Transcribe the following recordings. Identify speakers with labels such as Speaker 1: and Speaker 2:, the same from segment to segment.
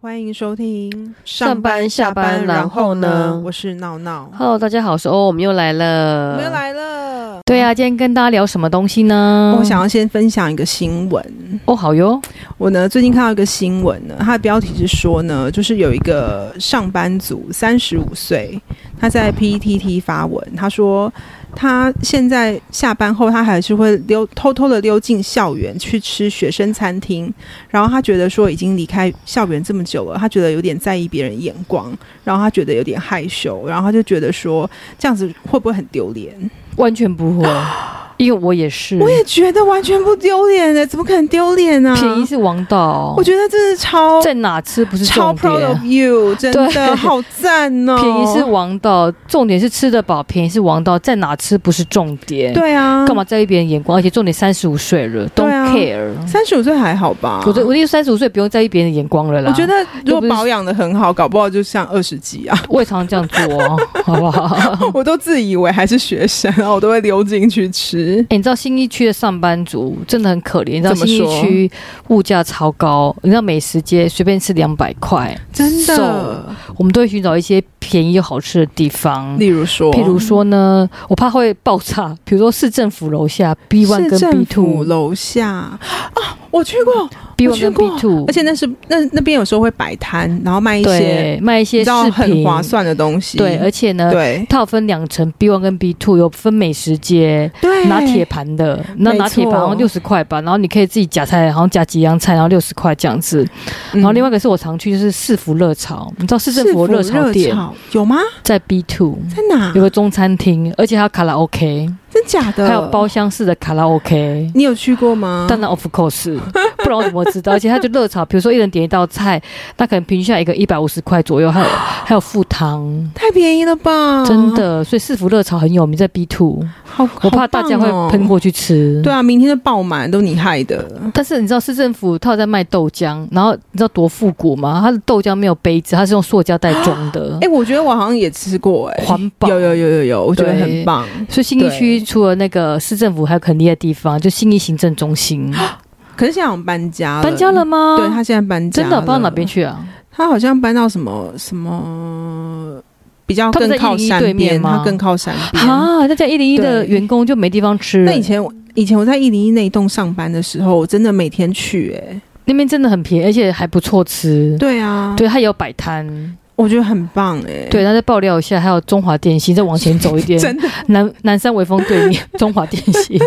Speaker 1: 欢迎收听
Speaker 2: 上班下班然后呢
Speaker 1: 我是闹闹，
Speaker 2: Hello，大家好，我是欧，我们又来了。
Speaker 1: 我们又。来了。
Speaker 2: 对啊，今天跟大家聊什么东西呢？
Speaker 1: 我想要先分享一个新闻。
Speaker 2: 哦，好哟。
Speaker 1: 我呢最近看到一个新闻呢，它的标题是说呢，就是有一个上班族三十五岁，他在 PTT 发文，他说他现在下班后，他还是会溜偷偷的溜进校园去吃学生餐厅，然后他觉得说已经离开校园这么久了，他觉得有点在意别人眼光，然后他觉得有点害羞，然后他就觉得说这样子会不会很丢脸？
Speaker 2: 完全不会， 因为我也是。
Speaker 1: 我也觉得完全不丢脸的，怎么可能丢脸呢、
Speaker 2: 便宜是王道。
Speaker 1: 我觉得真是超
Speaker 2: 在哪吃不是
Speaker 1: 超
Speaker 2: 重
Speaker 1: proud of
Speaker 2: 点，
Speaker 1: you，真的
Speaker 2: 对
Speaker 1: 好赞哦！
Speaker 2: 便宜是王道，重点是吃得饱，便宜是王道，在哪吃不是重点。，
Speaker 1: 对啊，
Speaker 2: 干嘛？在意别人眼光？而且重点三十五岁了
Speaker 1: 对
Speaker 2: ，Don't
Speaker 1: 啊
Speaker 2: care。
Speaker 1: 三十五岁还好吧？
Speaker 2: 我这我这三十五岁不用在意别人的眼光了啦。
Speaker 1: 我觉得如
Speaker 2: 又
Speaker 1: 果
Speaker 2: 不是
Speaker 1: 保养的很好，搞不好就像二十几 啊，
Speaker 2: 我也常这样做哦，好不好？
Speaker 1: 我都自以为还是学生，然后我都会溜进去吃。
Speaker 2: 欸、你知道新一区的上班族真的很可怜，你知道
Speaker 1: 怎么
Speaker 2: 新
Speaker 1: 说
Speaker 2: 一区物价超高，你知道美食街随便吃两百块，
Speaker 1: 真的
Speaker 2: 瘦我们都会寻找一些便宜又好吃的地方。
Speaker 1: 例如说，
Speaker 2: 譬如说呢，我怕会爆炸，比如说市政府楼下 B one
Speaker 1: 市
Speaker 2: 跟
Speaker 1: 政
Speaker 2: B
Speaker 1: 府
Speaker 2: two，B
Speaker 1: 楼下啊，我去过，我
Speaker 2: one
Speaker 1: 去
Speaker 2: 跟
Speaker 1: 过
Speaker 2: B two，
Speaker 1: 而且那是那那边有时候会摆摊，然后卖一些
Speaker 2: 对卖一
Speaker 1: 你
Speaker 2: 些
Speaker 1: 知道
Speaker 2: 饰
Speaker 1: 很
Speaker 2: 品，
Speaker 1: 划算的东西。
Speaker 2: 对，而且呢。
Speaker 1: 对
Speaker 2: 它有分两层，B one 跟 B two 有分美食街，
Speaker 1: 对，
Speaker 2: 拿铁盘的，那拿铁盘好像
Speaker 1: 哎没
Speaker 2: 六
Speaker 1: 错
Speaker 2: 十块吧，然后你可以自己夹菜，好像夹几样菜，然后六十块这样子。然后另外一
Speaker 1: 个
Speaker 2: 个是我常去，就是市府热炒，你知道市政府的热炒店嗯
Speaker 1: 有吗？
Speaker 2: 在 B two
Speaker 1: 在哪
Speaker 2: 有？个中餐厅，而且还有卡拉 OK，
Speaker 1: 真假的？
Speaker 2: 还有包厢式的卡拉 OK。
Speaker 1: 你有去过吗？
Speaker 2: 当然，of course，不然我怎么知道？而且它就热炒，比如说一人点一道菜，那可能平均下来一个一百五十块左 右，还有还有附汤，
Speaker 1: 太便宜了吧？
Speaker 2: 真，的。所以市府热炒很有名，在 B two，
Speaker 1: 好，
Speaker 2: 我怕大家
Speaker 1: 好棒哦
Speaker 2: 会喷。嗯过去吃。
Speaker 1: 对啊，明天就爆满，都你害的。
Speaker 2: 但是你知道市政府它有在卖豆浆，然后你知道多复古吗？它的豆浆没有杯子，它是用塑胶袋装的。
Speaker 1: 哎、我觉得我好像也吃过、哎，
Speaker 2: 环保
Speaker 1: 有有有有有，我觉得
Speaker 2: 对
Speaker 1: 很棒。
Speaker 2: 所以新一区除了那个市政府，还有很厉害的地方，就新一行政中心
Speaker 1: 可是现在好像搬家了，
Speaker 2: 搬家了吗？
Speaker 1: 啊对他现在搬家，
Speaker 2: 真的搬到哪边？去啊？
Speaker 1: 他好像搬到什么什么比较
Speaker 2: 他不
Speaker 1: 更
Speaker 2: 是在
Speaker 1: 靠
Speaker 2: 101
Speaker 1: 山
Speaker 2: 对面
Speaker 1: 边，
Speaker 2: 吗
Speaker 1: 他更靠山边。
Speaker 2: 啊，那家一零一的
Speaker 1: 嗯对
Speaker 2: 员工就没地方吃了。
Speaker 1: 那以前我以前我在一零一那一栋上班的时候，我真的每天去、哎，
Speaker 2: 那边真的很便宜，而且还不错吃。
Speaker 1: 对啊，
Speaker 2: 对，它也有摆摊。
Speaker 1: 我觉得很棒、哎，
Speaker 2: 对，那再爆料一下，还有中华电信，再往前走一 点，
Speaker 1: 真的
Speaker 2: 南南山微风 对面，中华电信。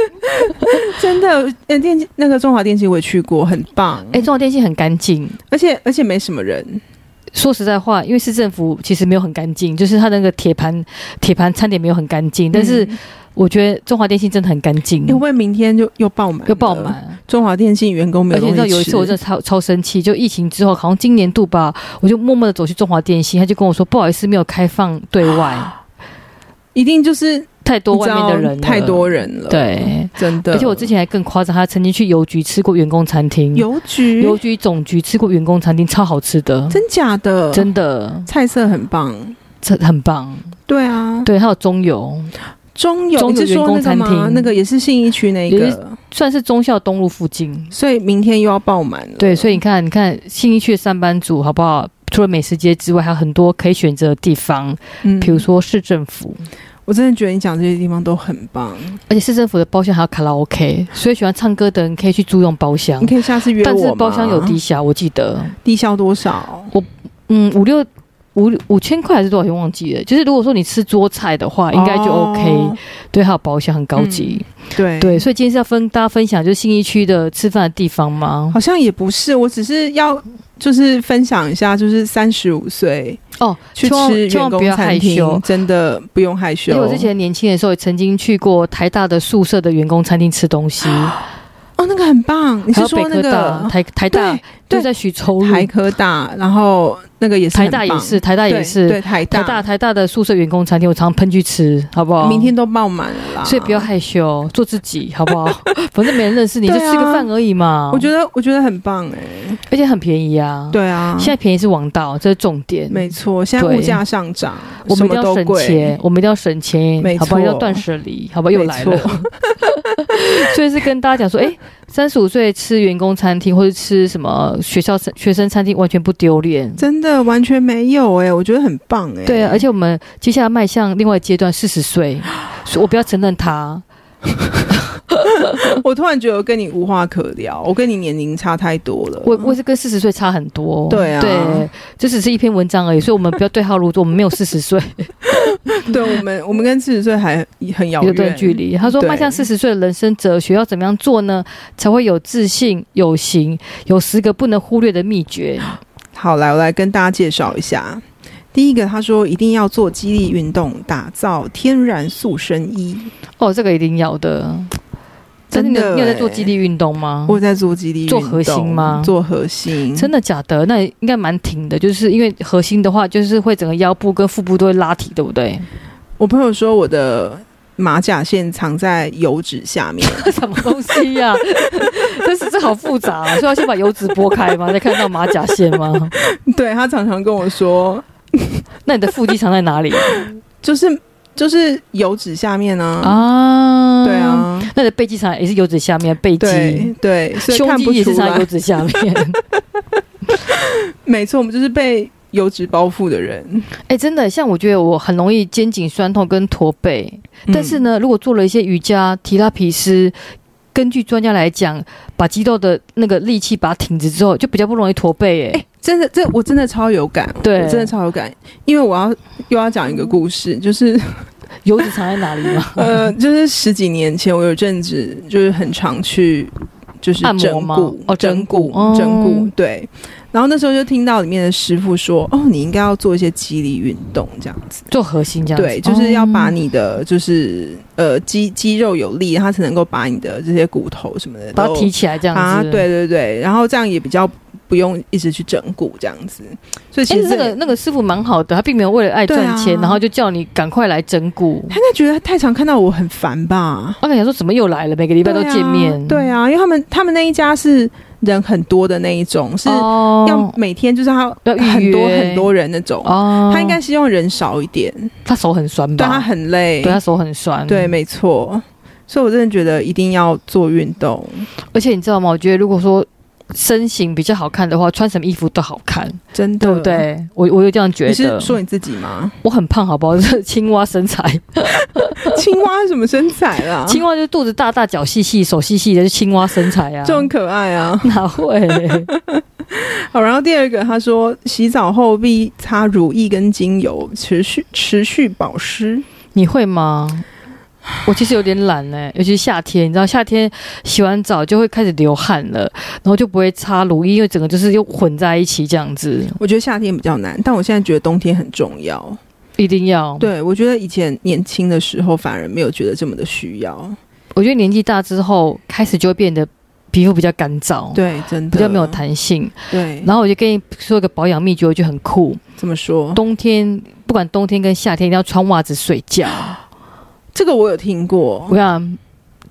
Speaker 1: 真的，呃，电器那个中华电器我也去过，很棒，
Speaker 2: 哎，中华电信很干净。
Speaker 1: 而且而且没什么
Speaker 2: 嗯
Speaker 1: 人，
Speaker 2: 说实在话，因为市政府其实没有很干净，就是它那个铁盘铁盘餐点没有很干净，但是
Speaker 1: 嗯哎
Speaker 2: 我觉得中华电信真的很干净
Speaker 1: 你会，不会明天就又爆满了？
Speaker 2: 又爆满。
Speaker 1: 中华电信员工没
Speaker 2: 而
Speaker 1: 有
Speaker 2: 且你知道
Speaker 1: 东西吃
Speaker 2: 有一次我真的超超生气，就疫情之后，好像今年度吧，我就默默的走去中华电信，他就跟我说不好意思，没有开放对外，
Speaker 1: 一定就是
Speaker 2: 太多外面的
Speaker 1: 啊你
Speaker 2: 人，
Speaker 1: 知道太多。人了，，
Speaker 2: 对，
Speaker 1: 真的。
Speaker 2: 而且我之前还更夸张，他曾经去邮局吃过员工餐厅，
Speaker 1: 邮局
Speaker 2: 邮局总局吃过员工餐厅，超好吃的，
Speaker 1: 真假的
Speaker 2: 真的，
Speaker 1: 菜色很棒，
Speaker 2: 这很棒。
Speaker 1: 对啊，
Speaker 2: 对，还有中油，
Speaker 1: 中友
Speaker 2: 中
Speaker 1: 你
Speaker 2: 友
Speaker 1: 是说那个
Speaker 2: 员工餐
Speaker 1: 吗？
Speaker 2: 厅
Speaker 1: 那个也是信义区那
Speaker 2: 也
Speaker 1: 个，
Speaker 2: 算是忠孝东路附近，
Speaker 1: 所以明天又要爆满了。
Speaker 2: 对，所以你看，你看新一区的上班族好不好？除了美食街之外，还有很多可以选择的地方，
Speaker 1: 嗯
Speaker 2: 比如，说市政府，
Speaker 1: 我真的觉得你讲这些地方都很棒，
Speaker 2: 而且市政府的包厢还有卡拉 OK，所以喜欢唱歌的人可以去租用包厢
Speaker 1: 你。可以下次约
Speaker 2: 但
Speaker 1: 我
Speaker 2: 是
Speaker 1: 吗
Speaker 2: 包厢有低消，我记得，
Speaker 1: 低消多少？
Speaker 2: 嗯，五六五五千块还是多少钱忘记了。就是如果说你吃桌菜的话，啊应该就 OK、
Speaker 1: 哦
Speaker 2: 对，还有包厢很高级、
Speaker 1: 嗯对
Speaker 2: 对，所以今天是要分大家分享就是信义区的吃饭的地方吗？
Speaker 1: 好像也不是，我只是要就是分享一下，就是三十五岁
Speaker 2: 哦，
Speaker 1: 去
Speaker 2: 千万
Speaker 1: 吃员
Speaker 2: 千万不
Speaker 1: 工
Speaker 2: 要
Speaker 1: 餐
Speaker 2: 害羞
Speaker 1: 厅，，真的不用害羞。
Speaker 2: 因为我之前年轻的时候，也曾经去过台大的宿舍的员工餐厅吃东西，
Speaker 1: 哦，那个很棒，你
Speaker 2: 还
Speaker 1: 是说
Speaker 2: 有北科
Speaker 1: 那
Speaker 2: 大、
Speaker 1: 个
Speaker 2: 台台大
Speaker 1: 对
Speaker 2: 就在徐州路，
Speaker 1: 台科大，然后那个也是
Speaker 2: 台大
Speaker 1: 很棒
Speaker 2: 也是，台大
Speaker 1: 对
Speaker 2: 也是，
Speaker 1: 对台
Speaker 2: 台
Speaker 1: 大
Speaker 2: 大台大的宿舍员工餐厅，我常常喷去吃，好不好？
Speaker 1: 明天。都爆满了啦，
Speaker 2: 所以不要。害羞，做自己好 不好？反正没人认识你，就
Speaker 1: 对啊
Speaker 2: 吃个饭而已嘛。
Speaker 1: 我觉，得我觉得很棒哎、
Speaker 2: 而且很便宜啊。，
Speaker 1: 对啊，
Speaker 2: 现在便宜是王道，这是重点。
Speaker 1: 没错，现在物
Speaker 2: 对
Speaker 1: 价上涨，
Speaker 2: 我
Speaker 1: 什
Speaker 2: 们
Speaker 1: 么
Speaker 2: 一定要
Speaker 1: 都
Speaker 2: 省
Speaker 1: 贵，
Speaker 2: 钱，我们一定要省钱
Speaker 1: 没，
Speaker 2: 好不好？
Speaker 1: 错
Speaker 2: 要断舍离，好不好？又
Speaker 1: 没
Speaker 2: 来了
Speaker 1: 错。
Speaker 2: 所以是跟大家 讲说，哎、三十五岁吃员工餐厅或者吃什么学校学生餐厅完全不丢脸。
Speaker 1: 真的完全没有哎、我觉得很棒哎、
Speaker 2: 对啊，而且我们接下来迈向另外阶段，四十岁，所以我不要承认他。
Speaker 1: 我突然觉得我跟你无话可聊，我跟你年龄差太多了。
Speaker 2: 我我是跟四十岁差很多，哦
Speaker 1: 对啊
Speaker 2: 对，这只是一篇文章而已，所以我们不要对号入座，我们没有四十岁
Speaker 1: 对我们，我们跟四十岁还很 遥
Speaker 2: 有
Speaker 1: 远
Speaker 2: 段距。离。他说，
Speaker 1: 对
Speaker 2: 迈向四十岁的人生哲学要怎么样做呢？才会有自信、有型，有十个不能忽略的秘诀。
Speaker 1: 好，来我来跟大家介绍一下。第一个，他说一定要做肌力运动，打造天然塑身衣。
Speaker 2: 哦，这个一定要的。但是你有
Speaker 1: 真的
Speaker 2: 你有在
Speaker 1: 欸
Speaker 2: 做基地运动吗？
Speaker 1: 我在做肌力运动，
Speaker 2: 哦做核心吗
Speaker 1: 做核心，
Speaker 2: 真的假的？那应该蛮挺的，就是因为核心的话，就是会整个腰部跟腹部都会拉提，对不对？
Speaker 1: 我朋友说我的马甲线藏在油脂下 面，
Speaker 2: 什么东西呀、 但是这好复杂、啊，所以要先把油脂拨开吗？才看到马甲线吗？
Speaker 1: 对他常常跟我说，
Speaker 2: 那你的腹肌藏在哪里
Speaker 1: 就是就是油脂下面啊，
Speaker 2: 啊？
Speaker 1: 对，啊，
Speaker 2: 那你的背肌藏也是油脂下面，背
Speaker 1: 对
Speaker 2: 肌、
Speaker 1: 对，所以
Speaker 2: 胸
Speaker 1: 看
Speaker 2: 肌
Speaker 1: 不
Speaker 2: 也是
Speaker 1: 出
Speaker 2: 藏在油
Speaker 1: 来，
Speaker 2: 脂下面。
Speaker 1: 没错，我们就是被油脂包覆的人，
Speaker 2: 哎、真的，像我觉得我很容易肩颈酸痛跟驼背，但是
Speaker 1: 嗯，
Speaker 2: 呢，如果做了一些瑜伽、提拉皮斯，根据专家来讲，把肌肉的那个力气把它挺直之后，就比较不容易驼背、哎、
Speaker 1: 真的这我真的超有感，
Speaker 2: 对
Speaker 1: 我真的超有感，因为我要又要讲一个故事， 就是？
Speaker 2: 油脂藏在哪里吗
Speaker 1: 呃，就是十几年前我有阵子就是很常去。就是
Speaker 2: 按摩
Speaker 1: 整
Speaker 2: 吗
Speaker 1: 骨
Speaker 2: 哦
Speaker 1: 整
Speaker 2: 整
Speaker 1: 骨
Speaker 2: 骨，哦
Speaker 1: 整骨，对。然后那时候就听到里面的师傅说：“哦，你应该要做一些肌力运动，这样子。”
Speaker 2: 做核心这样子，
Speaker 1: 对，就是要把
Speaker 2: 哦、
Speaker 1: 你的就是呃肌肌肉有力，它才能够把你的这些骨头什么的
Speaker 2: 把它
Speaker 1: 都
Speaker 2: 提起来这样子。
Speaker 1: 啊，对对对，然后这样也比较不用一直去整骨这样子，所以
Speaker 2: 哎、
Speaker 1: 其实
Speaker 2: 那
Speaker 1: 这
Speaker 2: 个
Speaker 1: 个
Speaker 2: 那个师傅蛮好的，他并没有为了爱
Speaker 1: 对
Speaker 2: 赚
Speaker 1: 啊
Speaker 2: 钱，然后就叫你赶快来整骨。
Speaker 1: 他应该觉得太常看到我很烦吧？
Speaker 2: 我跟你说，怎么又来了？每个礼拜都
Speaker 1: 对啊
Speaker 2: 见面，
Speaker 1: 对啊，因为他们他们那一家是人很多的那一种，是
Speaker 2: 哦
Speaker 1: 要每天就是他
Speaker 2: 要预
Speaker 1: 很多
Speaker 2: 约
Speaker 1: 很多人那种，
Speaker 2: 哦，
Speaker 1: 他应该希望人少一点，
Speaker 2: 他手很酸
Speaker 1: 对他
Speaker 2: 吧？
Speaker 1: 很累，
Speaker 2: 对他手很酸，
Speaker 1: 对，没错。所以，我真的觉得一定要做运动，
Speaker 2: 而且你知道吗？我觉得如果说身形比较好看的话，穿什么衣服都好看，
Speaker 1: 真的，
Speaker 2: 对不？对？我我有这样觉
Speaker 1: 你是
Speaker 2: 得。
Speaker 1: 说你自己吗？
Speaker 2: 我很胖，好不 好？是青蛙身材，
Speaker 1: 青蛙是什么身材啊啦？
Speaker 2: 青蛙就是肚子大大、脚细细、手细细的，就是青蛙身材啊。
Speaker 1: 就很可爱啊。
Speaker 2: 哪会？
Speaker 1: 好，然后第二个他说，洗澡后必擦乳液跟精油，持续持续保湿。
Speaker 2: 你会吗？我其实有点懒呢、尤其是夏天，你知道夏天洗完澡就会开始流汗了，然后就不会擦乳液，因为整个就是又混在一起这样子，
Speaker 1: 我觉得夏天比较难，但我现在觉得冬天很重要。
Speaker 2: 一定要。
Speaker 1: 对，我觉得以前年轻的时候反而没有觉得这么的需要。
Speaker 2: 我觉得年纪大之后，开始就会变得皮肤比较干燥，，
Speaker 1: 对，真的
Speaker 2: 比较没有。弹性。
Speaker 1: 对，
Speaker 2: 然后我就跟你说一个保养秘诀，我觉得很酷。
Speaker 1: 怎么说？
Speaker 2: 冬天不管冬天跟夏天，一定要穿袜子睡觉。
Speaker 1: 哦这个我有听过
Speaker 2: 我。想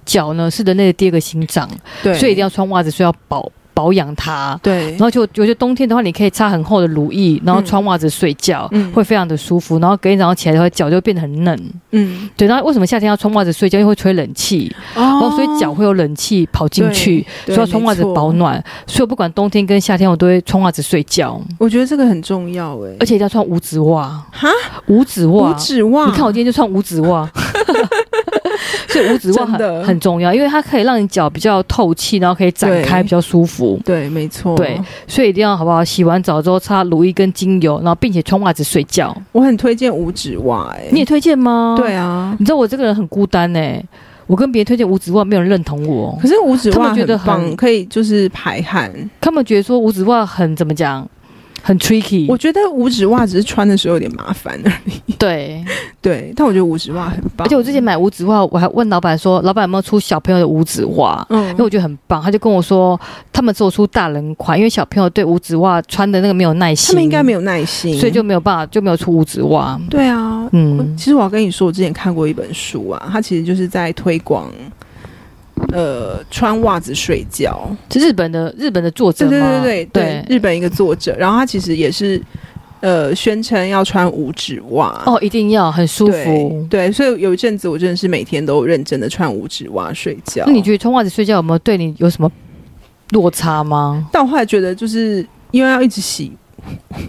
Speaker 2: 脚呢是人类的第二个心脏，
Speaker 1: 对，
Speaker 2: 所以一定要穿袜子睡，要保保养它。
Speaker 1: 对
Speaker 2: 然。后就我觉得冬天的话，你可以擦很厚的乳液，然后穿袜子睡觉，
Speaker 1: 嗯
Speaker 2: 会非常的舒服。然后隔天早上起来的话，脚就会变得很嫩。
Speaker 1: 嗯，
Speaker 2: 对，然后为什么夏天要穿袜子睡觉？因为会吹冷气，然
Speaker 1: 哦
Speaker 2: 后所以脚会有冷气跑进去，
Speaker 1: 对
Speaker 2: 所以要穿袜子保。
Speaker 1: 没错
Speaker 2: 暖。所以我不管冬天跟夏天，我都会穿袜子睡觉，
Speaker 1: 我觉得这个很重要哎、
Speaker 2: 而且一定要穿五指袜。
Speaker 1: 哈，
Speaker 2: 五指袜
Speaker 1: 五，指袜，
Speaker 2: 你看我今天就穿五指 袜，所以五指袜
Speaker 1: 真的
Speaker 2: 很很重要，因为它可以让你脚比较透气，然后可以展开，
Speaker 1: 对
Speaker 2: 比较舒服。
Speaker 1: 对，没错，
Speaker 2: 对所以一定要好不好？洗完澡之后擦乳液跟精油，然后并且穿袜子睡觉。
Speaker 1: 我很推荐五指袜哎、
Speaker 2: 你也推荐吗？
Speaker 1: 对，啊，
Speaker 2: 你知道我这个人很孤单哎、我跟别人推荐五指袜，没有人认同我
Speaker 1: 可。是五指
Speaker 2: 他
Speaker 1: 袜
Speaker 2: 们觉得
Speaker 1: 很棒，
Speaker 2: 很
Speaker 1: 可以就是排汗。
Speaker 2: 他们觉得说五指袜很怎么讲，很 tricky。
Speaker 1: 我觉得五指袜只是穿的时候有点麻烦而已。
Speaker 2: 对，
Speaker 1: 对，但我觉得五指袜很棒。
Speaker 2: 而且我之前买五指袜，我还问老板说，老板有没有出小朋友的五指袜？
Speaker 1: 嗯
Speaker 2: 因为我觉得很棒，他就跟我说，他们只有出大人款，因为小朋友对五指袜穿的那个没有耐心，
Speaker 1: 他们应该没有耐心，
Speaker 2: 所以就没有办法，就没有出五指袜。
Speaker 1: 对啊。
Speaker 2: 嗯，
Speaker 1: 其实我要跟你说，我之前看过一本书啊，它其实就是在推广，呃，穿袜子睡觉。
Speaker 2: 是日本的日本的作者
Speaker 1: 对
Speaker 2: 吗？
Speaker 1: 对对对对，
Speaker 2: 对
Speaker 1: 日本一个作者，然后他其实也是呃宣称要穿五指袜。
Speaker 2: 哦，一定要很舒
Speaker 1: 对
Speaker 2: 服。
Speaker 1: 对，所以有一阵子我真的是每天都认真的穿五指袜睡觉。
Speaker 2: 那你觉得穿袜子睡觉有没有对你有什么落差吗？
Speaker 1: 但我后来觉得，就是因为要一直 洗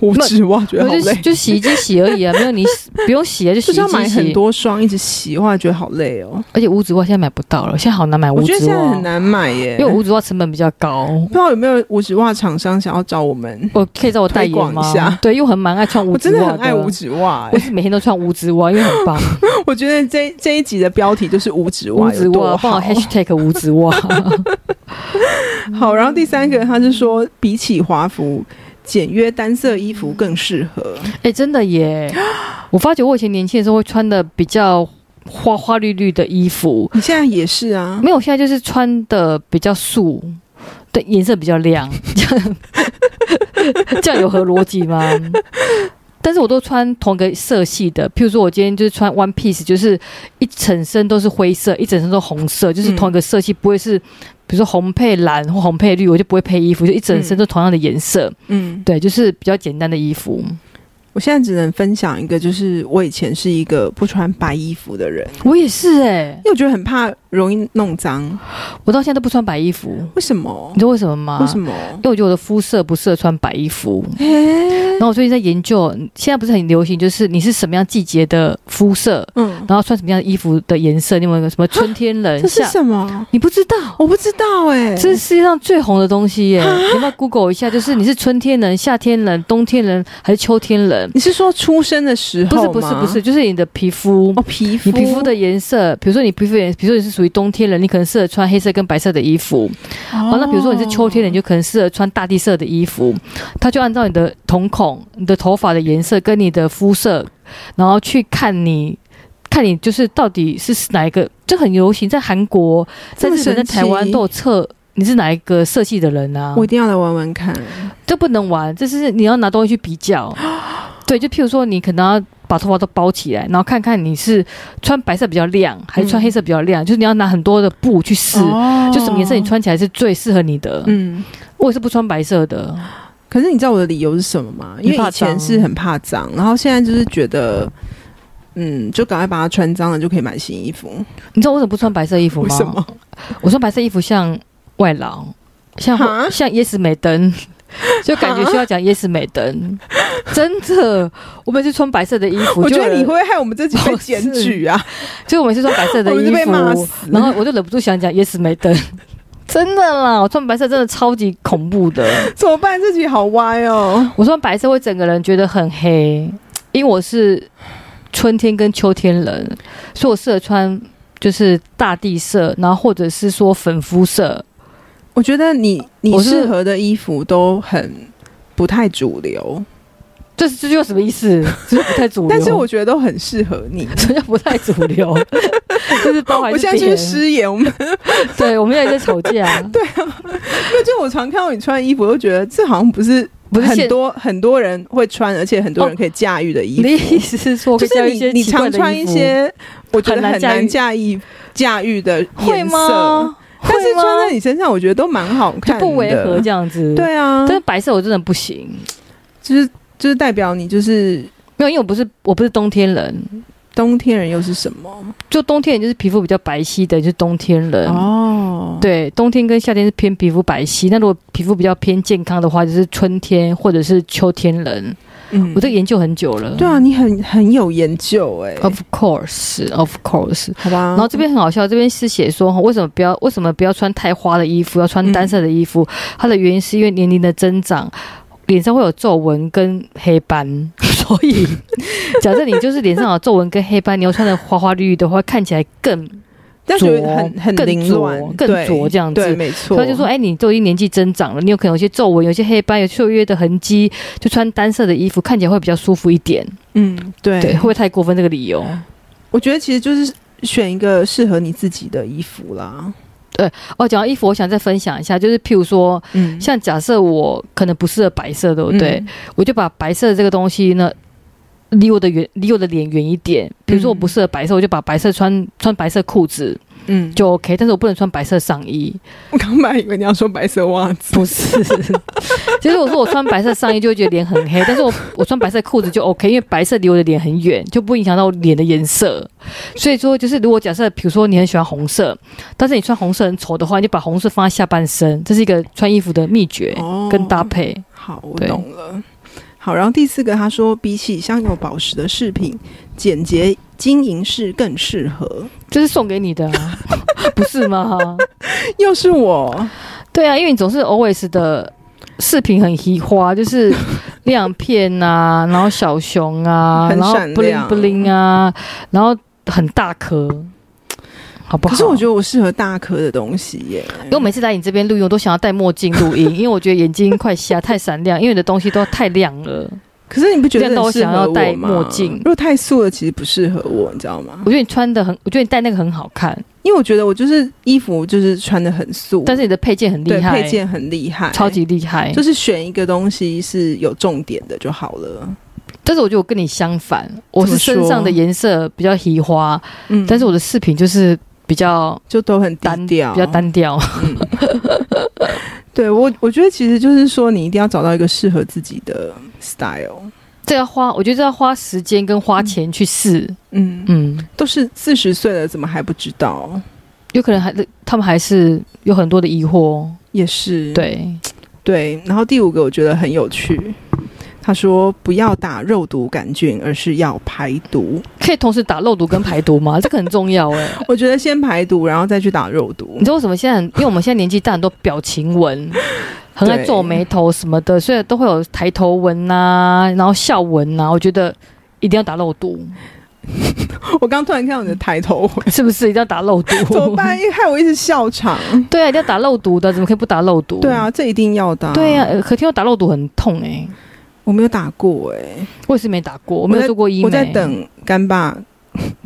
Speaker 1: 五指袜，觉得
Speaker 2: 我
Speaker 1: 好
Speaker 2: 就
Speaker 1: 累，
Speaker 2: 就洗衣机洗而已 啊，没有你洗不用洗啊，就洗
Speaker 1: 就
Speaker 2: 衣
Speaker 1: 是
Speaker 2: 机
Speaker 1: 要买
Speaker 2: 洗
Speaker 1: 很，多双一直洗，我后来觉得好累哦。
Speaker 2: 而且五指袜现在买不到了，现在好难买啊五
Speaker 1: 我
Speaker 2: 指
Speaker 1: 觉得
Speaker 2: 袜，
Speaker 1: 现在很难买耶，
Speaker 2: 因为五指袜成本比较高。
Speaker 1: 不知道有没有五指袜厂商想要找我们。
Speaker 2: 我可以找我代
Speaker 1: 推
Speaker 2: 言
Speaker 1: 广一下
Speaker 2: 吗？对，因为我很蛮爱穿五
Speaker 1: 我
Speaker 2: 指
Speaker 1: 真
Speaker 2: 袜
Speaker 1: 的很爱五指 袜、
Speaker 2: 我
Speaker 1: 欸，
Speaker 2: 是每天都穿五指袜，因为很 棒。
Speaker 1: 我觉得这这一集的标题就是五指
Speaker 2: 五
Speaker 1: 袜
Speaker 2: 指
Speaker 1: 有
Speaker 2: 袜，
Speaker 1: 多
Speaker 2: 帮我
Speaker 1: 好。
Speaker 2: hashtag 五指袜。
Speaker 1: 好，然后第三个，他是说比起华服，简约单色衣服更适合。
Speaker 2: 哎、真的耶！我发觉我以前年轻的时候会穿的比较花花绿绿的衣服，
Speaker 1: 你现在也是啊，
Speaker 2: 没有，我现在就是穿的比较素，对，颜色比较亮， 这样这样有合逻辑吗？但是我都穿同个色系的，譬如说我今天就是穿 one piece，就是一整身都是灰色，一整身都红色，
Speaker 1: 嗯
Speaker 2: 就是同一个色系，不会是比如说红配蓝或红配绿，我就不会配衣服，就一整身都同样的颜色。
Speaker 1: 嗯，
Speaker 2: 对，就是比较简单的衣服。
Speaker 1: 我现在只能分享一个，就是我以前是一个不穿白衣服的人，
Speaker 2: 我也是哎、
Speaker 1: 因为我觉得很怕容易弄脏。
Speaker 2: 我到现在都不穿白衣服，
Speaker 1: 为什么
Speaker 2: 你？知道为什么吗？
Speaker 1: 为什？么？
Speaker 2: 因为我觉得我的肤色不适合穿白衣服。
Speaker 1: 哎
Speaker 2: 然后我最近在研究，现在不是很流行，就是你是什么样季节的肤色，
Speaker 1: 嗯，
Speaker 2: 然后穿什么样的衣服的颜色，你有没有什么春天人
Speaker 1: 啊这是
Speaker 2: 夏？
Speaker 1: 什么？
Speaker 2: 你不知道，
Speaker 1: 我不知道哎、
Speaker 2: 这是世界上最红的东西耶！
Speaker 1: 啊
Speaker 2: 你要不要 Google 一下？就是你是春天人、夏天人、冬天人还是秋天人？
Speaker 1: 你是说出生的时
Speaker 2: 不是
Speaker 1: 候
Speaker 2: 不是
Speaker 1: 吗
Speaker 2: 不是，就是你的皮肤
Speaker 1: 哦，，皮肤
Speaker 2: 你皮肤的颜色，比如说你皮肤颜，比如说你是属于冬天人，你可能适合穿黑色跟白色的衣服。
Speaker 1: 哦
Speaker 2: 哦，那比如说你是秋天，你就可能适合穿大地色的衣服，它就按照你的瞳孔、你的头发的颜色跟你的肤色，然后去看你。看你就是到底是哪一个，这很流行，在韩国、在
Speaker 1: 这么
Speaker 2: 日本、在
Speaker 1: 神奇
Speaker 2: 台湾都有测你是哪一个色系的人啊
Speaker 1: 我。一定要来玩玩看。
Speaker 2: 这不能玩，这是你要拿东西去比 较。对，就譬如说你可能要把头发都包起来，然后看看你是穿白色比较亮，还是穿黑色比较亮，就是你要拿很多的布去试，
Speaker 1: 哦
Speaker 2: 就什么颜色你穿起来是最适合你的。
Speaker 1: 嗯，
Speaker 2: 我也是不穿白色的，
Speaker 1: 可是你知道我的理由是什么吗？因
Speaker 2: 你
Speaker 1: 为
Speaker 2: 怕
Speaker 1: 以前
Speaker 2: 脏
Speaker 1: 是很怕脏，然后现在就是觉得，嗯，就赶快把它穿脏了，就可以买新衣服。
Speaker 2: 你知道我为什么不穿白色衣服吗？
Speaker 1: 为什么？
Speaker 2: 我穿白色衣服像外劳，像
Speaker 1: 哈
Speaker 2: 像耶斯美登， 就感觉需要讲耶斯美登。真的，我每次穿白色的衣服，
Speaker 1: 我觉
Speaker 2: 就有
Speaker 1: 得
Speaker 2: 人
Speaker 1: 你，会害我们这几被检举 啊！
Speaker 2: 就我每次穿白色的
Speaker 1: 我们
Speaker 2: 衣
Speaker 1: 就被骂
Speaker 2: 服
Speaker 1: 死，
Speaker 2: 然后我就忍不住想讲耶斯美登。 真的啦，我穿白色真的超级恐怖的。
Speaker 1: 怎么办？这集好歪哦。
Speaker 2: 我穿白色会整个人觉得很黑，因为我是春天跟秋天人，所以我适合穿就是大地色，然后或者是说粉肤色。
Speaker 1: 我觉得你你
Speaker 2: 我是
Speaker 1: 适合的衣服都很不太主流，
Speaker 2: 这这句话什么意思？这不太主流，
Speaker 1: 但是我觉得都很适合你。
Speaker 2: 这叫不太主流，就是包含
Speaker 1: 我现在
Speaker 2: 去
Speaker 1: 去失言，我们
Speaker 2: 对，我们也在吵 架，对，
Speaker 1: 因为就我常看到你穿衣服，我就觉得这好像不是
Speaker 2: 不是
Speaker 1: 很
Speaker 2: 现。
Speaker 1: 多很多人会穿，而且很多人可以驾驭的衣
Speaker 2: 你
Speaker 1: 服。
Speaker 2: 的意思是说，
Speaker 1: 就
Speaker 2: 可以加
Speaker 1: 是
Speaker 2: 入一
Speaker 1: 你
Speaker 2: 些
Speaker 1: 你
Speaker 2: 奇怪
Speaker 1: 常
Speaker 2: 的
Speaker 1: 穿
Speaker 2: 衣
Speaker 1: 一
Speaker 2: 服
Speaker 1: 些，我觉得
Speaker 2: 很难
Speaker 1: 很
Speaker 2: 驾
Speaker 1: 难
Speaker 2: 驭
Speaker 1: 驾驭驾驭的
Speaker 2: 会
Speaker 1: 颜色
Speaker 2: 吗？，
Speaker 1: 但是
Speaker 2: 会吗
Speaker 1: 穿在你身上，我觉得都蛮好看
Speaker 2: 就
Speaker 1: 的，
Speaker 2: 不违和这样子。，
Speaker 1: 对啊，
Speaker 2: 但是白色我真的不行，
Speaker 1: 就是就是代表你就是
Speaker 2: 没有，因为我不是我不是冬天人，
Speaker 1: 冬天人又是什么？
Speaker 2: 就冬天人就是皮肤比较白皙的，就是冬天人。
Speaker 1: 哦，
Speaker 2: 对，冬天跟夏天是偏皮肤白皙，那如果皮肤比较偏健康的话，就是春天或者是秋天人。
Speaker 1: 嗯
Speaker 2: 我这个研究很久了。
Speaker 1: 对啊，你很很有研究哎、
Speaker 2: Of course, of course。
Speaker 1: 好吧。
Speaker 2: 然后这边很好笑，这边是写说哈为什么不要为什么不要穿太花的衣服，要穿单色的衣服？它的原因是因为年龄的增长，脸上会有皱纹跟黑斑， 所以假设你就是脸上有皱纹跟黑斑，你又穿的花花绿绿的话，看起来更
Speaker 1: 但是很很
Speaker 2: 更
Speaker 1: 凌
Speaker 2: 浊
Speaker 1: 乱，
Speaker 2: 更
Speaker 1: 对
Speaker 2: 浊这样子
Speaker 1: 对，没错。
Speaker 2: 他就说：“哎、你都已经年纪增长了，你有可能有些皱纹，有些黑斑，有雀跃的痕迹，就穿单色的衣服，看起来会比较舒服一点。
Speaker 1: 嗯，对，嗯
Speaker 2: 对，会不会太过分？这个理由？
Speaker 1: 我觉得其实就是选一个适合你自己的衣服啦。
Speaker 2: 哦，讲到衣服，我想再分享一下，就是譬如说，
Speaker 1: 嗯
Speaker 2: 像假设我可能不适合白色，对不对？
Speaker 1: 嗯
Speaker 2: 我就把白色这个东西呢。”离我的远，离我的脸远一点。比如说我
Speaker 1: 嗯
Speaker 2: 不适合白色，我就把白色穿穿白色裤子
Speaker 1: 嗯，
Speaker 2: 就 OK，但是我不能穿白色上衣。
Speaker 1: 我刚本来以为你要说白色袜子，
Speaker 2: 不是，其实我说我穿白色上衣就会觉得脸很黑，但是我我穿白色裤子就 OK，因为白色离我的脸很远，就不影响到我脸的颜色。所以说，就是如果假设，比如说你很喜欢红色，但是你穿红色很丑的话，你就把红色放在下半身，这是一个穿衣服的秘诀
Speaker 1: 哦
Speaker 2: 跟搭配。
Speaker 1: 好，我
Speaker 2: 对
Speaker 1: 懂了。好，然后第四个，他说比起镶有宝石的饰品，简洁金银饰更适合。
Speaker 2: 这是送给你的、啊， 不是吗？
Speaker 1: 又是我，
Speaker 2: 对啊，因为你总是 always 的饰品很移花，就是亮片啊，然后小熊啊，
Speaker 1: 很
Speaker 2: 然后
Speaker 1: 闪
Speaker 2: b 灵
Speaker 1: 亮
Speaker 2: b 灵啊，然后很大颗，好不好？
Speaker 1: 可是我觉
Speaker 2: 得。
Speaker 1: 得我适合大颗的东西耶。
Speaker 2: 因为我每次来你这边录音，我都想要戴墨镜 录音，因为我觉得眼睛快瞎，太闪亮，因为你的东西都太亮了。
Speaker 1: 可是你不觉得
Speaker 2: 练到
Speaker 1: 很适合
Speaker 2: 想要戴
Speaker 1: 我吗
Speaker 2: 墨镜
Speaker 1: 如果太素了，其实不适合我，你知道吗
Speaker 2: 我？觉得你穿的很，我觉得你戴那个很好看，
Speaker 1: 因为我觉得我就是衣服就是穿的很素，
Speaker 2: 但是你的配件很厉
Speaker 1: 对
Speaker 2: 害，
Speaker 1: 配件很厉害，
Speaker 2: 超级厉害。
Speaker 1: 就是选一个东西是有重点的就好了。
Speaker 2: 但是我觉得我跟你相反，我是
Speaker 1: 怎么
Speaker 2: 身
Speaker 1: 说
Speaker 2: 上的颜色比较移花，
Speaker 1: 嗯
Speaker 2: 但是我的饰品就是比较
Speaker 1: 就都很低
Speaker 2: 单
Speaker 1: 调，
Speaker 2: 比较单调。
Speaker 1: 对我，我觉得其实就是说，你一定要找到一个适合自己的 style。
Speaker 2: 这要花，我觉得这要花时间跟花钱去试。
Speaker 1: 嗯，
Speaker 2: 嗯，
Speaker 1: 都是四十岁了，怎么还不知道？
Speaker 2: 有可能还他们还是有很多的疑惑。
Speaker 1: 也是，
Speaker 2: 对，
Speaker 1: 对。然后第五个我觉得很有趣，他说不要打肉毒杆菌，而是要排毒。
Speaker 2: 可以同时打肉毒跟排 毒吗？这个很重要哎、
Speaker 1: 我觉得先排毒，然后再去打肉毒
Speaker 2: 你。 知道为什么现在很？因为我们现在年纪大，很多表 情纹，很爱
Speaker 1: 对
Speaker 2: 皱眉头什么的，所以都会有抬头纹呐、然后笑纹啊呐、我觉得一定要打肉 毒，
Speaker 1: 我刚突然看到你的抬 头，
Speaker 2: 是不是？一定要打肉毒？
Speaker 1: 怎么办？害我一直笑场。
Speaker 2: 对啊，一定要打肉毒的，怎么可以 不打肉毒？
Speaker 1: 对啊，这一定要的、
Speaker 2: 对啊，，呃可听说打肉毒很痛哎、
Speaker 1: 我没有打过哎、
Speaker 2: 我也是没打过，我
Speaker 1: 我
Speaker 2: 没有
Speaker 1: 在
Speaker 2: 做过医美。
Speaker 1: 我在等干爸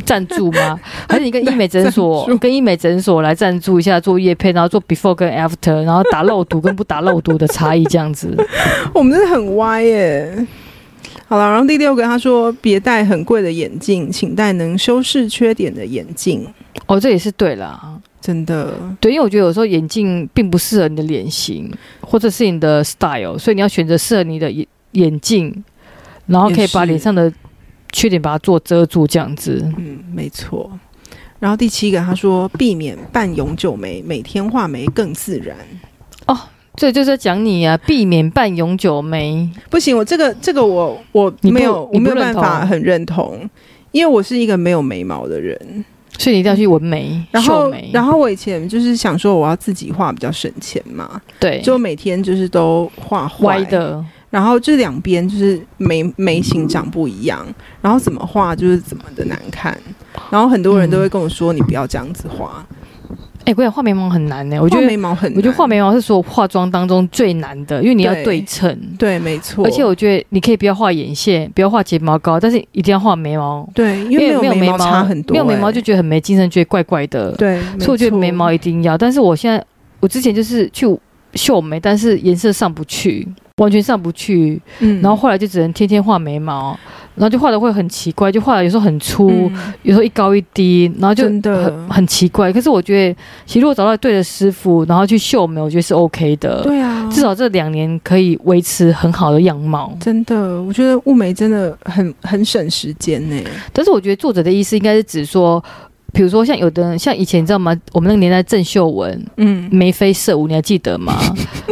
Speaker 2: 赞助吗？还是你跟医美诊所
Speaker 1: 赞助、
Speaker 2: 跟医美诊所来赞助一下做叶配，然后做 before 跟 after，然后打漏毒跟不打漏毒的差异这样子？
Speaker 1: 我们真的很歪耶。好了，然后第六个他说别戴很贵的眼镜，请戴能修饰缺点的眼镜。
Speaker 2: 哦，这也是对啦，
Speaker 1: 真的，
Speaker 2: 对，因为我觉得有时候眼镜并不适合你的脸型或者是你的 style，所以你要选择适合你的眼眼镜，然后可以
Speaker 1: 也是
Speaker 2: 把脸上的缺点把它做遮住这样子。
Speaker 1: 嗯，没错。然后第七个他说避免半永久眉，每天画眉更自然。
Speaker 2: 这就是在讲你啊，避免半永久眉。
Speaker 1: 不行，我这个这个我我
Speaker 2: 你不
Speaker 1: 没有我
Speaker 2: 你不
Speaker 1: 没有办
Speaker 2: 认
Speaker 1: 法
Speaker 2: 同
Speaker 1: 很认同，因为我是一个没有眉毛的人。
Speaker 2: 所以你一定要去纹眉、
Speaker 1: 然
Speaker 2: 秀
Speaker 1: 后
Speaker 2: 眉，
Speaker 1: 然
Speaker 2: 后
Speaker 1: 后我以前就是想说我要自己画比较省钱嘛，
Speaker 2: 对，
Speaker 1: 就每天就是都画坏
Speaker 2: 歪的。
Speaker 1: 然后这两边就是眉眉形长不一样，然后怎么画就是怎么的难看，然后很多人都会跟我说你不要这样子画，
Speaker 2: 哎、我想画眉毛很难呢、我
Speaker 1: 我
Speaker 2: 觉
Speaker 1: 觉
Speaker 2: 得
Speaker 1: 得眉毛很难，
Speaker 2: 我觉得画眉毛是所有化妆当中最难的，因为你要
Speaker 1: 对
Speaker 2: 对称。
Speaker 1: 对，没错，
Speaker 2: 而且我觉得你可以不要画眼线，不要画睫毛膏，但是一定要画眉毛，
Speaker 1: 对，因为
Speaker 2: 没
Speaker 1: 有
Speaker 2: 有
Speaker 1: 眉
Speaker 2: 毛
Speaker 1: 差很多、
Speaker 2: 没有眉毛
Speaker 1: 哎
Speaker 2: 就觉得很没精神，觉得怪怪的。，
Speaker 1: 对，
Speaker 2: 所以我觉得眉毛一定要。但是我现在，我之前就是去秀眉，但是颜色上不去，完全上不去，
Speaker 1: 嗯，嗯，
Speaker 2: 然后后来就只能天天画眉毛，然后就画的会很奇怪，就画的有时候很粗，
Speaker 1: 嗯
Speaker 2: 有时候一高一低，然后就
Speaker 1: 真的
Speaker 2: 很很奇怪。可是我觉得，其实如果找到对的师傅，然后去秀眉，我觉得是 OK 的。
Speaker 1: 对啊，
Speaker 2: 呃至少这两年可以维持很好的样貌。
Speaker 1: 真的，我觉得雾眉真的很很省时间呢、
Speaker 2: 但是我觉得作者的意思应该是指说，比如说像有的人，像以前你知道吗？我们那个年代郑秀文
Speaker 1: 嗯，
Speaker 2: 眉飞色舞，你还记 得吗？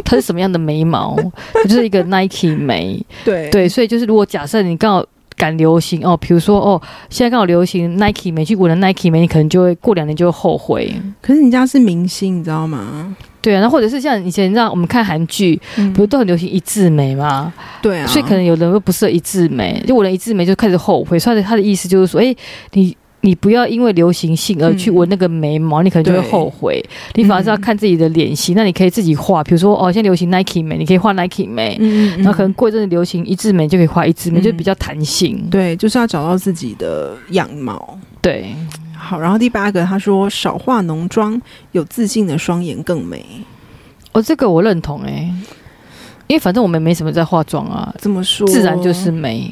Speaker 2: 她是什么样的眉毛？她就是一个 Nike 眉。
Speaker 1: 对
Speaker 2: 对，所以就是如果假设你刚好。赶流行哦，比如说哦，现在刚好流行 Nike 眉，去纹了 Nike 眉，你可能就会过两年就会后悔。
Speaker 1: 可是人家是明星，你知道吗？
Speaker 2: 对啊，那或者是像以前让我们看韩剧，
Speaker 1: 嗯
Speaker 2: 不是都很流行一字眉吗？
Speaker 1: 对啊，
Speaker 2: 所以可能有人会不适合一字眉，就我的一字眉就开始后悔。所以他的意思就是说，哎、你你不要因为流行性而
Speaker 1: 嗯
Speaker 2: 去纹那个眉毛，你可能就会后悔。你反而是要看自己的脸型，那你可以自己画，比如说哦，现在流行 Nike 眉，你可以画 Nike 眉，
Speaker 1: 嗯，嗯嗯
Speaker 2: 然后可能过一阵子流行一字眉就可以画一字眉，
Speaker 1: 嗯
Speaker 2: 就比较弹性。
Speaker 1: 对，就是要找到自己的样貌。
Speaker 2: 对，
Speaker 1: 好，然后第八个他说少化浓妆，有自信的双眼更美。
Speaker 2: 哦，这个我认同哎、因为反正我们没什么在化妆啊，
Speaker 1: 这么说，
Speaker 2: 自然
Speaker 1: 哦
Speaker 2: 就是美。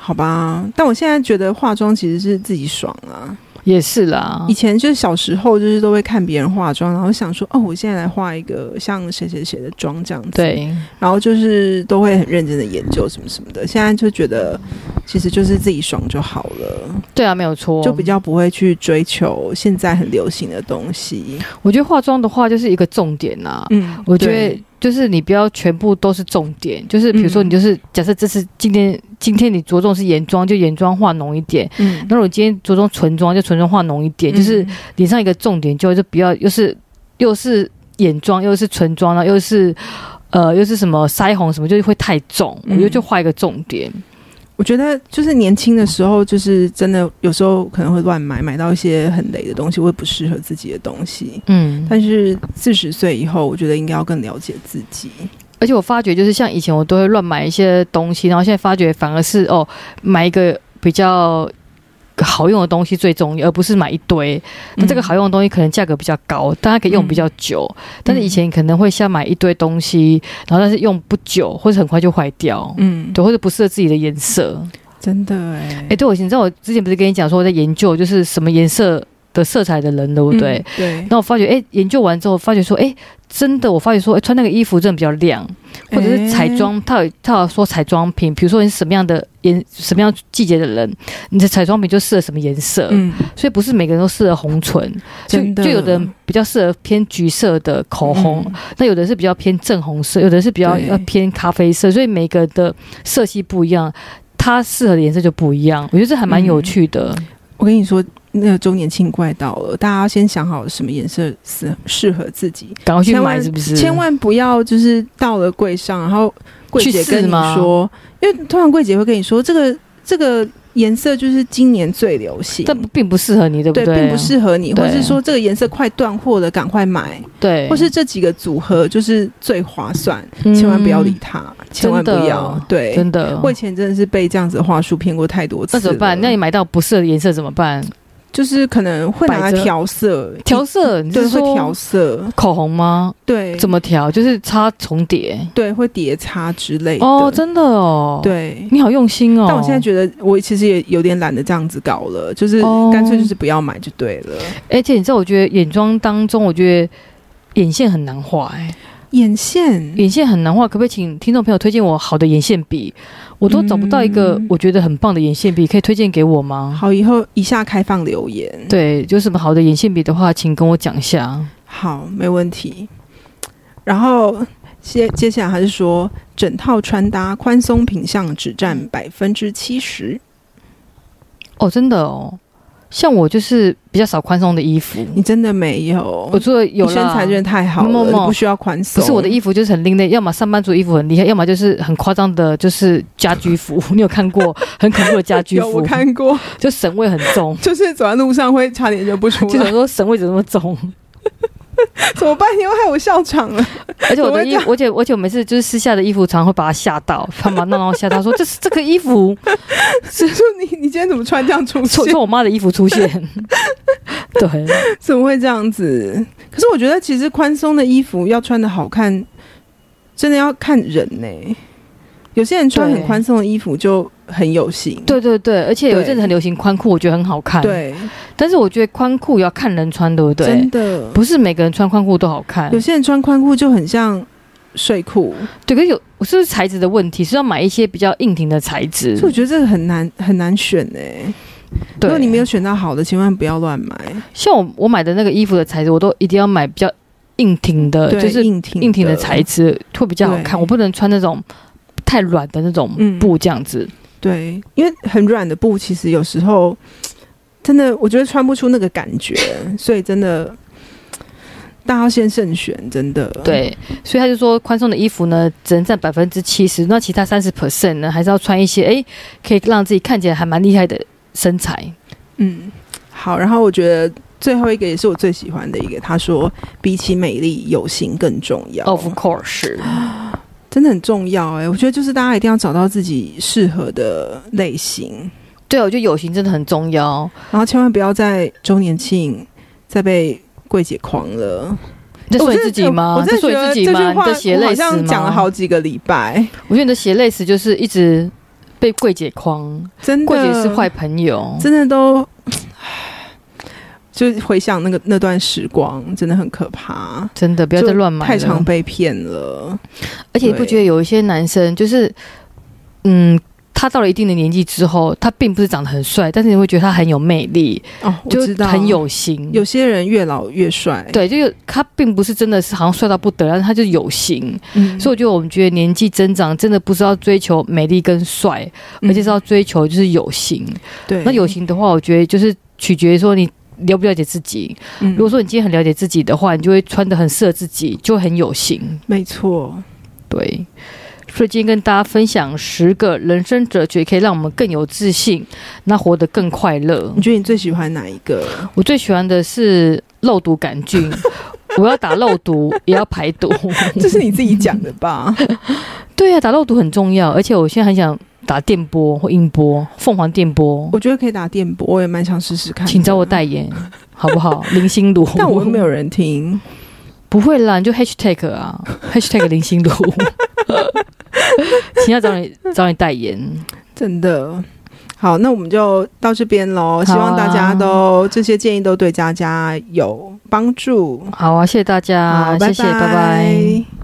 Speaker 1: 好吧。但我现在觉得化妆其实是自己爽啊，
Speaker 2: 也是啦
Speaker 1: 以，前就是小时候，就是都会看别人化妆，然后想说，哦，我现在来化一个像谁谁谁的妆这样子。，
Speaker 2: 对，
Speaker 1: 然后就是都会很认真的研究什么什么的。现在就觉得，其实就是自己爽就好了，
Speaker 2: 对啊，没有错，
Speaker 1: 就比较不会去追求现在很流行的东西。
Speaker 2: 我觉得化妆的话就是一个重点啦、
Speaker 1: 嗯，
Speaker 2: 我觉
Speaker 1: 对
Speaker 2: 得就是你不要全部都是重点，就是比如说
Speaker 1: 嗯
Speaker 2: 你就是、假设这次今天今天你着重是眼妆，就眼妆化浓一点；
Speaker 1: 嗯，
Speaker 2: 那如果今天着重唇妆，就唇妆化浓一点，就是
Speaker 1: 嗯
Speaker 2: 脸上一个重点就就不要又是又是眼妆又是唇妆，然后又是呃又是什么腮红什么，就是会太重。
Speaker 1: 嗯
Speaker 2: 我觉得就画一个重点，
Speaker 1: 我觉得就是年轻的时候，就是真的有时候可能会乱买，买到一些很雷的东西，会不适合自己的东西。
Speaker 2: 嗯。
Speaker 1: 但是四十岁以后，我觉得应该要更了解自己。
Speaker 2: 而且我发觉就是像以前我都会乱买一些东西，然后现在发觉反而是哦买一个比较。好用的东西最重要，而不是买一堆。
Speaker 1: 嗯
Speaker 2: 那嗯这个好用的东西可能价格比较高，但它可以用比较久。但是以前可能会先买一堆东西，然后但是用不久或者很快就坏掉，
Speaker 1: 嗯，
Speaker 2: 对，或者不适合自己的颜色。
Speaker 1: 真的哎、
Speaker 2: 哎、对，我以前你知道我之前不是跟你讲说我在研究就是什么颜色的色彩的人，对不对？
Speaker 1: 嗯对，
Speaker 2: 那我发觉，哎、研究完之后发觉说，哎、真的，我发觉说，哎、穿那个衣服真的比较亮，或者是彩妆，它有它有说彩妆品，比如说你是什么样的颜，什么样季节的人，你的彩妆品就适合什么颜色，
Speaker 1: 嗯，
Speaker 2: 所以不是每个人都适合红唇，就
Speaker 1: 真的
Speaker 2: 就有的人比较适合偏橘色的口红，
Speaker 1: 嗯
Speaker 2: 那有的是比较偏正红色，有的是比较
Speaker 1: 对
Speaker 2: 要偏咖啡色，所以每个的色系不一样。它适合的颜色就不一样，我觉得这还蛮有趣的。
Speaker 1: 我跟你说，那个周年庆快到了，大家要先想好什么颜色适适合自己，
Speaker 2: 赶、快去
Speaker 1: 千万
Speaker 2: 买，是不是？
Speaker 1: 千万不要就是到了柜上，然后柜姐
Speaker 2: 去试
Speaker 1: 跟你
Speaker 2: 吗
Speaker 1: 说，因为通常柜姐会跟你说，这个这个颜色就是今年最流行，
Speaker 2: 这并不适合你，对不
Speaker 1: 对，
Speaker 2: 对？啊
Speaker 1: 并不适合你，
Speaker 2: 对
Speaker 1: 或是说这个颜色快断货了，赶快买，
Speaker 2: 对，
Speaker 1: 或是这几个组合就是最划算，
Speaker 2: 嗯
Speaker 1: 千万不要理他，千万不要
Speaker 2: 真的，
Speaker 1: 对。
Speaker 2: 真的。
Speaker 1: 我以前真的是被这样子的话术骗过太多次
Speaker 2: 那
Speaker 1: 了，
Speaker 2: 怎么办？那你买到不适合的颜色怎么办？
Speaker 1: 就是可能会拿
Speaker 2: 摆
Speaker 1: 来
Speaker 2: 着
Speaker 1: 调色，
Speaker 2: 调色，你
Speaker 1: 对，
Speaker 2: 是
Speaker 1: 会调
Speaker 2: 说
Speaker 1: 色，
Speaker 2: 口红吗？
Speaker 1: 对，
Speaker 2: 怎
Speaker 1: 么
Speaker 2: 么调？就是擦重叠
Speaker 1: 对会叠擦之类的。
Speaker 2: 哦，真的哦，，
Speaker 1: 对。
Speaker 2: 你好用心哦。
Speaker 1: 但我现在觉得，我其实也有点懒得这样子搞了，就是
Speaker 2: 哦
Speaker 1: 干脆就是不要买就对了。
Speaker 2: 而哎且你知道，我觉得眼妆当中，我觉得眼线很难画、哎，
Speaker 1: 嗯眼线，
Speaker 2: 眼线很难画，可不可以请听众朋友推荐我好的眼线笔？我都找不到一个
Speaker 1: 嗯
Speaker 2: 我觉得很棒的眼线笔，可以推荐给我吗？
Speaker 1: 好，以后以下开放留言。
Speaker 2: 对，有什么好的眼线笔的话，请跟我讲一下。
Speaker 1: 好，没问题。然后接接下来还是说，整套穿搭宽松品相只占
Speaker 2: 嗯
Speaker 1: 百分之七十。
Speaker 2: 哦，真的哦，像我就是比较少宽松的衣服，
Speaker 1: 你真的没有？
Speaker 2: 我除了有
Speaker 1: 你身
Speaker 2: 啦
Speaker 1: 材真的太好
Speaker 2: 没
Speaker 1: 了，
Speaker 2: 有没有
Speaker 1: 你不需要宽
Speaker 2: 不
Speaker 1: 松。
Speaker 2: 是我的衣服就是很另类，要么上班族衣服很厉害，要么就是很夸张的，就是家 居服。你有看过很恐怖的家居
Speaker 1: 有我
Speaker 2: 服？
Speaker 1: 看过，，
Speaker 2: 就神味很重
Speaker 1: 就是走在路上会差点认不出
Speaker 2: 就
Speaker 1: 来
Speaker 2: 想，说神味怎么那么重？
Speaker 1: 怎么办？你又害我笑场 了。
Speaker 2: 而且我的衣
Speaker 1: 怎么会这样
Speaker 2: 服，而且而且我每次就是私下的衣服，常常会把他吓到，他把闹闹吓到，说这是这个 衣服，
Speaker 1: 谁说你你今天怎么穿这样出
Speaker 2: 错
Speaker 1: 现？
Speaker 2: 错我妈的衣服出现。 对，
Speaker 1: 怎么会这样子？可是我觉得其实宽松的衣服要穿的好看，真的要看人呢、有些人穿
Speaker 2: 对
Speaker 1: 很宽松的衣服就很有型，
Speaker 2: 对对对，而且有一阵
Speaker 1: 对
Speaker 2: 子很流行宽裤，我觉得很好看。，
Speaker 1: 对，
Speaker 2: 但是我觉得宽裤也要看人穿，对不对
Speaker 1: 真？的。
Speaker 2: 不是每个人穿宽裤都好看
Speaker 1: 有，些人穿宽裤就很像睡裤，
Speaker 2: 对，可是有是不是材质的问题？是要买一些比较硬挺的材质
Speaker 1: 所以。我觉得这个很难很难选呢、如
Speaker 2: 对，
Speaker 1: 果你没有选到好的，千万不要乱买，
Speaker 2: 像我我买的那个衣服的材质，我都一定要买比较硬挺的，
Speaker 1: 对，
Speaker 2: 呃就是
Speaker 1: 硬挺
Speaker 2: 硬挺的材
Speaker 1: 质，
Speaker 2: 质会比较好看。
Speaker 1: 对
Speaker 2: 我不能穿那种太软的那种
Speaker 1: 嗯
Speaker 2: 布这样子。
Speaker 1: 对，因为很软的布其实有时候真的，我觉得穿不出那个感觉，所以真的大家要先慎选，真的。，
Speaker 2: 对，所以他就说宽松的衣服呢，只能占百分之七十，那其他三十 percent 呢，还是要穿一些诶，可以让自己看起来还蛮厉害的身材。
Speaker 1: 嗯，好。然后我觉得最后一个也是我最喜欢的一个，他说比起美丽，有型更重要。
Speaker 2: Of course，
Speaker 1: 真的很重要哎、我觉得就是大家一定要找到自己适合的类型，
Speaker 2: 对啊，我觉得有型真的很重要，
Speaker 1: 然后千万不要在周年庆再被。柜姐狂了，
Speaker 2: 你在
Speaker 1: 我
Speaker 2: 说你
Speaker 1: 真的
Speaker 2: 自己吗
Speaker 1: 我？
Speaker 2: 在
Speaker 1: 真的
Speaker 2: 说
Speaker 1: 觉
Speaker 2: 你
Speaker 1: 得这
Speaker 2: 自己
Speaker 1: 句
Speaker 2: 吗？
Speaker 1: 话
Speaker 2: 你的鞋
Speaker 1: 我好
Speaker 2: 类似吗？
Speaker 1: 像讲了好几个礼拜，
Speaker 2: 我觉得你的鞋类似就是一直被柜姐框，
Speaker 1: 真的。
Speaker 2: 柜姐是坏朋友，
Speaker 1: 真的都，唉就是回想那个那段时光，真的很可怕。
Speaker 2: 真的不要再乱买了，
Speaker 1: 太常被骗了。
Speaker 2: 而且你不
Speaker 1: 对
Speaker 2: 觉得有一些男生就是，嗯，他到了一定的年纪之后，他并不是长得很帅，但是你会觉得他很有魅力，
Speaker 1: 哦，我
Speaker 2: 就
Speaker 1: 知道，
Speaker 2: 很有型。
Speaker 1: 有些人越老越帅，，
Speaker 2: 对，就有他并不是真的是好像帅到不得，但是他就是有型。
Speaker 1: 嗯
Speaker 2: 所以我觉得我们觉得年纪增长，真的不是要追求美丽跟帅，
Speaker 1: 嗯
Speaker 2: 而且是要追求就是有型。
Speaker 1: 对。
Speaker 2: 那有型的话，我觉得就是取决于说你。了不了解自己？
Speaker 1: 嗯，
Speaker 2: 如果说你今天很了解自己的话，你就会穿的很适合自己，就会很有型。
Speaker 1: 没错，
Speaker 2: 对，所以今天跟大家分享十个人生哲学，可以让我们更有自信，那活得更快乐
Speaker 1: 你。觉得你最喜欢哪一个？
Speaker 2: 我最喜欢的是肉毒 杆菌，我要打肉毒，也要排毒。
Speaker 1: 这是你自己讲的 吧？
Speaker 2: 对啊，打肉毒很重要，而且我现在很想打电波或音波，凤凰电波，
Speaker 1: 我觉得可以打电波，我也蛮想试试看。
Speaker 2: 请找我，代言，好不 好？林心如，
Speaker 1: 但我又没有人听。
Speaker 2: 不会啦，你就 hashtag 啊，hashtag 林 心如，请要找你找你代言。
Speaker 1: 真的。好，那我们就到这边
Speaker 2: 啊
Speaker 1: 喽。希望大家都、这些建议都对大家有帮助。
Speaker 2: 好啊，谢谢大
Speaker 1: 好
Speaker 2: 家，，谢谢，
Speaker 1: 拜
Speaker 2: 拜拜
Speaker 1: 拜